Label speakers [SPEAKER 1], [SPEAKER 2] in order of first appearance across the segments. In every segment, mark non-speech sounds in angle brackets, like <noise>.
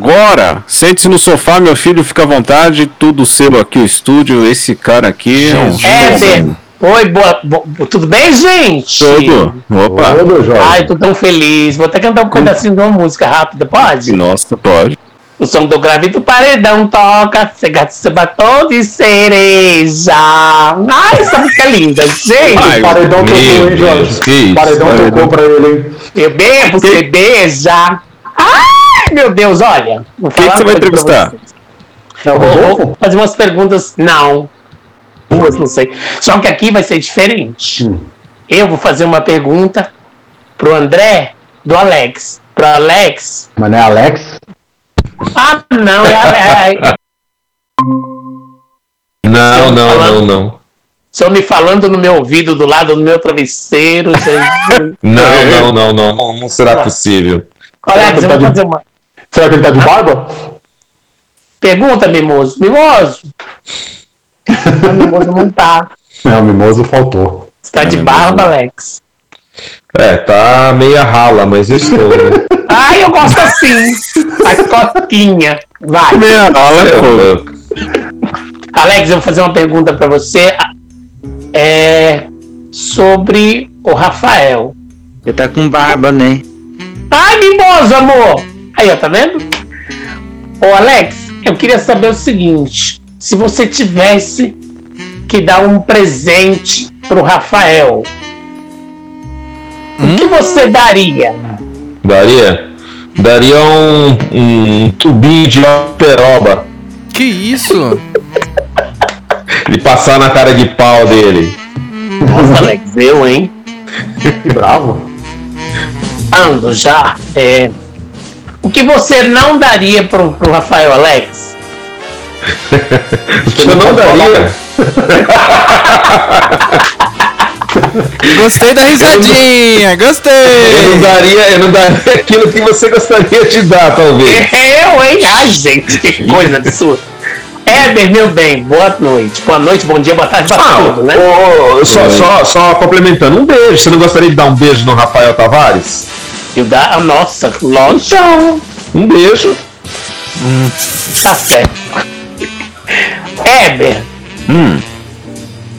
[SPEAKER 1] agora. Sente-se no sofá, meu filho, fica à vontade. Tudo seu aqui, o estúdio. Esse cara aqui é um
[SPEAKER 2] Éder.
[SPEAKER 1] fenômeno.
[SPEAKER 2] Oi, boa, bo- tudo bem, gente?
[SPEAKER 1] Tudo. Opa.
[SPEAKER 3] Todo jovem.
[SPEAKER 2] Ai, tô tão feliz. Vou até cantar um pedacinho de uma música rápida, pode?
[SPEAKER 1] Nossa, pode.
[SPEAKER 2] O som do grave do paredão toca, cegado se batom de cereja. Ai, essa música é
[SPEAKER 1] <laughs>
[SPEAKER 2] linda,
[SPEAKER 1] Ai,
[SPEAKER 2] gente.
[SPEAKER 3] Paredão
[SPEAKER 1] meu
[SPEAKER 3] tocou, hein,
[SPEAKER 1] Deus,
[SPEAKER 3] Jorge?
[SPEAKER 1] que isso,
[SPEAKER 3] Paredão
[SPEAKER 1] paredão.
[SPEAKER 3] tocou pra ele, hein?
[SPEAKER 2] Eu bebo, você beija. Ai, meu Deus, olha. Vou
[SPEAKER 1] Quem que
[SPEAKER 2] falar
[SPEAKER 1] você vai
[SPEAKER 2] uma coisa pra
[SPEAKER 1] entrevistar?
[SPEAKER 2] vocês.
[SPEAKER 3] É o
[SPEAKER 2] Vou,
[SPEAKER 3] Rodolfo?
[SPEAKER 2] vou fazer umas perguntas. Não. Duas, não sei. Só que aqui vai ser diferente. Eu vou fazer uma pergunta pro André do Alex. Pro Alex.
[SPEAKER 3] Mas não é Alex?
[SPEAKER 2] Ah, não, é, Ale- é,
[SPEAKER 4] Não, não, não, não.
[SPEAKER 2] Estão me falando no meu ouvido, do lado do meu travesseiro. gente.
[SPEAKER 4] Não, não, não, não. Não, não será possível.
[SPEAKER 2] Alex, eu vou é, fazer uma
[SPEAKER 3] Será que ele tá de barba?
[SPEAKER 2] pergunta, Mimoso. Mimoso! Ah, Mimoso não tá.
[SPEAKER 3] <laughs> Não, o mimoso faltou.
[SPEAKER 2] Você tá de
[SPEAKER 1] Mimoso.
[SPEAKER 2] barba, Alex.
[SPEAKER 4] É, tá meia rala, mas eu estou. Né?
[SPEAKER 2] Ai, eu gosto assim. A coquinha. Vai.
[SPEAKER 1] <laughs> Meia aula, pô.
[SPEAKER 4] Eu-
[SPEAKER 2] Alex, eu vou fazer uma pergunta pra você. É sobre o Rafael.
[SPEAKER 5] Você tá com barba, né?
[SPEAKER 2] Ai, mimoso, amor! Aí, ó, tá vendo? Ô, Alex, eu queria saber o seguinte: se você tivesse que dar um presente pro Rafael, o que você daria?
[SPEAKER 4] Daria? Daria um, um tubi de peroba.
[SPEAKER 6] Que isso?
[SPEAKER 4] E passar na cara de pau dele.
[SPEAKER 2] Nossa, Alex, eu, hein?
[SPEAKER 3] Que bravo.
[SPEAKER 2] Ando já. É. O que você não daria pro, pro Rafael, Alex?
[SPEAKER 4] O que eu não daria?
[SPEAKER 6] Gostei da risadinha,
[SPEAKER 4] Eu não
[SPEAKER 6] gostei!
[SPEAKER 4] daria, eu não daria <laughs> aquilo que você gostaria de dar, talvez.
[SPEAKER 1] <laughs>
[SPEAKER 2] Eu, hein? Ai, gente, que coisa absurda. Éder, meu bem, boa noite. Boa noite, bom dia, boa tarde, boa tudo, né?
[SPEAKER 4] ô, ô, só,
[SPEAKER 3] É.
[SPEAKER 1] Oi.
[SPEAKER 4] só, só complementando, um beijo. Você não gostaria de dar um beijo no Rafael Tavares?
[SPEAKER 2] Eu da... ah, Nossa, lógico,
[SPEAKER 4] Um beijo.
[SPEAKER 2] tá certo. Éder,
[SPEAKER 1] Hum,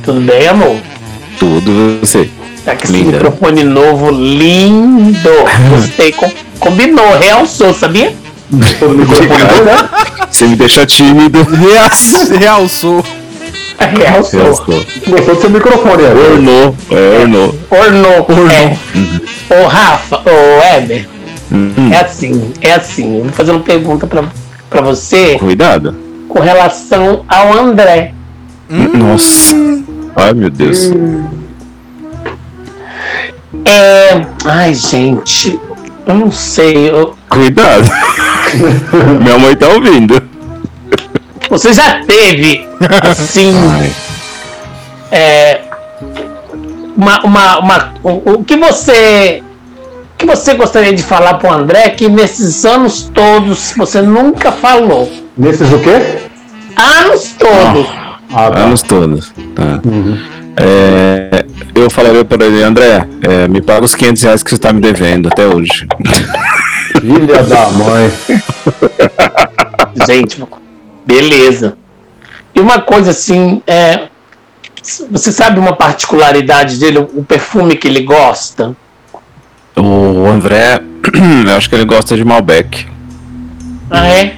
[SPEAKER 2] tudo bem, amor?
[SPEAKER 1] É tudo você.
[SPEAKER 2] Tá com esse
[SPEAKER 1] Linda.
[SPEAKER 2] microfone novo lindo.
[SPEAKER 1] <laughs>
[SPEAKER 2] Gostei, com- combinou, realçou, sabia?
[SPEAKER 3] Todo microfone aí, né?
[SPEAKER 1] Você me deixa tímido.
[SPEAKER 6] Real- <laughs> Realçou.
[SPEAKER 1] Eu
[SPEAKER 2] Realçou.
[SPEAKER 1] sou.
[SPEAKER 3] Gostou do seu microfone, Eder?
[SPEAKER 1] Ornou. É, ornou.
[SPEAKER 2] Ornou. É. Ô, Rafa, ô, Éder,
[SPEAKER 1] Uhum. Hum,
[SPEAKER 2] é assim, é assim. Eu vou fazer uma pergunta pra, pra você
[SPEAKER 1] Cuidado.
[SPEAKER 2] com relação ao André.
[SPEAKER 1] Nossa. Ai, meu Deus.
[SPEAKER 2] É. Ai, gente. Eu não sei. eu-
[SPEAKER 1] Cuidado. Minha mãe tá ouvindo.
[SPEAKER 2] Você já teve, assim. é. Uma, uma, uma- o, o que você. O que você gostaria de falar pro André que nesses anos todos você nunca falou?
[SPEAKER 3] Nesses o quê?
[SPEAKER 2] Anos todos.
[SPEAKER 3] Ah, tá.
[SPEAKER 1] Anos todos. Tá. É, eu falaria pra ele, André, é, me paga os 500 reais que você tá me devendo até hoje.
[SPEAKER 3] Filha da mãe.
[SPEAKER 2] Gente, beleza. E uma coisa assim, é. Você sabe uma particularidade dele, o perfume que ele gosta?
[SPEAKER 1] O André, <clears throat> eu acho que ele gosta de Malbec.
[SPEAKER 2] Ah, é?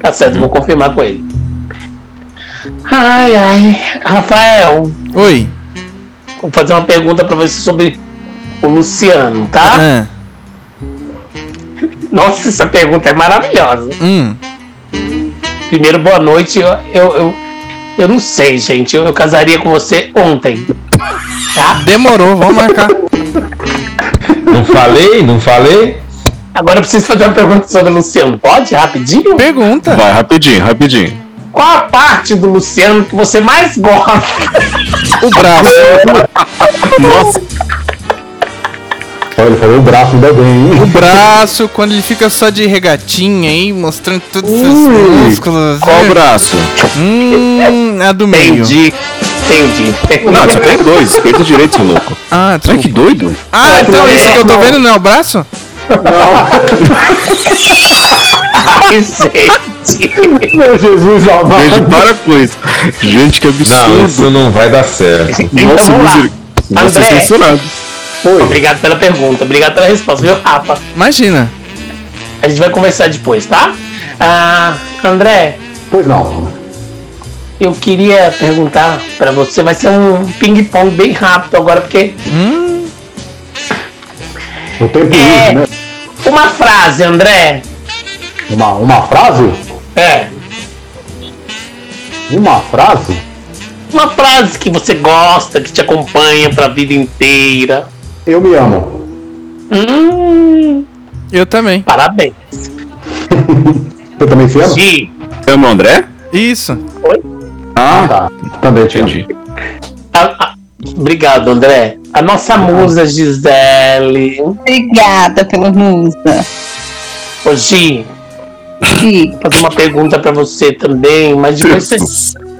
[SPEAKER 2] Tá certo, vou confirmar com ele. Ai, ai. Rafael,
[SPEAKER 6] Oi.
[SPEAKER 2] vou fazer uma pergunta pra você sobre o Luciano, tá?
[SPEAKER 6] Ah,
[SPEAKER 2] Nossa, essa pergunta é maravilhosa.
[SPEAKER 6] hum.
[SPEAKER 2] Primeiro, boa noite. Eu, eu, eu, eu não sei, gente. Eu, eu casaria com você ontem. Tá?
[SPEAKER 6] Demorou, vamos marcar.
[SPEAKER 4] Não falei, não falei.
[SPEAKER 2] Agora eu preciso fazer uma pergunta sobre o Luciano. Pode? Rapidinho?
[SPEAKER 6] Pergunta.
[SPEAKER 1] Vai, rapidinho, rapidinho.
[SPEAKER 2] Qual a parte do Luciano que você mais gosta?
[SPEAKER 6] O braço.
[SPEAKER 1] Nossa,
[SPEAKER 3] Olha, ele falou o braço ainda bem,
[SPEAKER 6] O
[SPEAKER 3] hein?
[SPEAKER 6] braço, quando ele fica só de regatinha aí, mostrando todos os
[SPEAKER 1] Ui.
[SPEAKER 6] músculos.
[SPEAKER 1] qual o braço?
[SPEAKER 6] Hum, a do meio.
[SPEAKER 2] Entendi. Entendi.
[SPEAKER 1] Não,
[SPEAKER 2] <laughs>
[SPEAKER 1] só tem Ah, <laughs> dois, esquerdo e direito, seu louco.
[SPEAKER 6] Ah,
[SPEAKER 1] Ai,
[SPEAKER 6] desculpa.
[SPEAKER 1] que doido.
[SPEAKER 6] é Ah, então isso que eu tô vendo não é o braço?
[SPEAKER 2] gente.
[SPEAKER 3] Meu Jesus
[SPEAKER 1] Gente,
[SPEAKER 3] amado.
[SPEAKER 1] Ah, para com isso. Gente, que
[SPEAKER 4] Não,
[SPEAKER 1] absurdo.
[SPEAKER 4] isso não vai dar certo.
[SPEAKER 2] Então
[SPEAKER 1] Nossa,
[SPEAKER 2] vamos lá.
[SPEAKER 1] miser- Vai ser
[SPEAKER 2] André.
[SPEAKER 1] censurado.
[SPEAKER 2] Obrigado pela pergunta, obrigado pela resposta, viu, Rafa?
[SPEAKER 6] Imagina.
[SPEAKER 2] A gente vai conversar depois, tá? Ah, André,
[SPEAKER 3] Pois não.
[SPEAKER 2] eu queria perguntar pra você, vai ser um ping-pong bem rápido agora, porque
[SPEAKER 3] O tempo
[SPEAKER 2] É.
[SPEAKER 3] livre, né?
[SPEAKER 2] uma frase, André.
[SPEAKER 3] Uma, uma frase?
[SPEAKER 2] É,
[SPEAKER 3] Uma frase?
[SPEAKER 2] uma frase que você gosta, que te acompanha pra vida inteira.
[SPEAKER 3] Eu me amo.
[SPEAKER 2] Hum,
[SPEAKER 6] Eu também.
[SPEAKER 2] parabéns.
[SPEAKER 3] Você também se ama?
[SPEAKER 2] Gi,
[SPEAKER 1] É o André?
[SPEAKER 6] Isso.
[SPEAKER 3] Ah, tá. Também te amo.
[SPEAKER 1] Entendi.
[SPEAKER 2] a- a- obrigado, André. A nossa musa Gisele.
[SPEAKER 7] Obrigada pela musa.
[SPEAKER 2] Ô, Gi,
[SPEAKER 7] Sim.
[SPEAKER 2] fazer uma pergunta pra você também, mas depois você,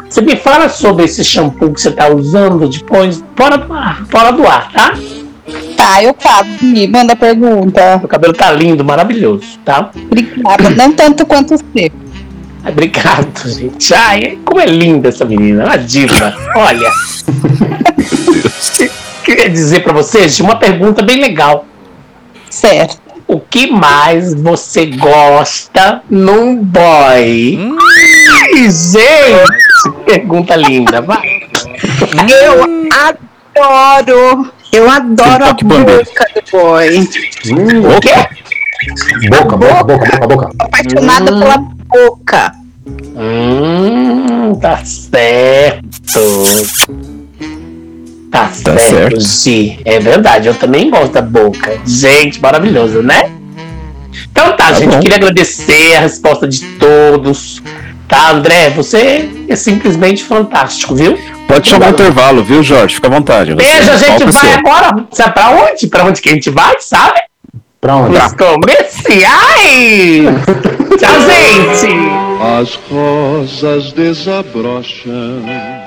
[SPEAKER 2] você me fala sobre esse shampoo que você tá usando depois, fora do ar, fora do ar, tá?
[SPEAKER 7] Tá, eu falo. Me manda pergunta.
[SPEAKER 2] Meu cabelo tá lindo, maravilhoso, tá?
[SPEAKER 7] Obrigada. Não tanto quanto o seu.
[SPEAKER 2] Obrigado, <laughs> gente. Ai, como é linda essa menina, uma diva. Olha. Queria dizer pra vocês Gi, uma pergunta bem legal.
[SPEAKER 7] Certo.
[SPEAKER 2] O que mais você gosta num boy? Ai, gente! Pergunta linda, vai.
[SPEAKER 7] Eu adoro. Eu adoro a
[SPEAKER 1] Toque bandeira.
[SPEAKER 7] boca do boy.
[SPEAKER 3] Hum,
[SPEAKER 2] <laughs> O quê?
[SPEAKER 3] boca, boca, boca, boca, boca.
[SPEAKER 7] Apaixonada pela boca.
[SPEAKER 2] Hum, tá certo. Tá, certo,
[SPEAKER 1] certo.
[SPEAKER 2] Gi. É verdade, eu também gosto da boca. Gente, maravilhoso, né? Então tá, gente,
[SPEAKER 1] bom.
[SPEAKER 2] queria agradecer a resposta de todos. Tá, André, você é simplesmente fantástico, viu?
[SPEAKER 1] Pode chamar o intervalo, viu, Jorge? Fica à vontade. Você-
[SPEAKER 2] Beijo, a gente
[SPEAKER 1] palco é
[SPEAKER 2] vai
[SPEAKER 1] seu.
[SPEAKER 2] agora. Sabe pra onde? Pra onde que a gente vai, sabe?
[SPEAKER 3] Pra onde?
[SPEAKER 2] Os comerciais!
[SPEAKER 1] <laughs>
[SPEAKER 2] Tchau, gente!
[SPEAKER 8] As rosas desabrocham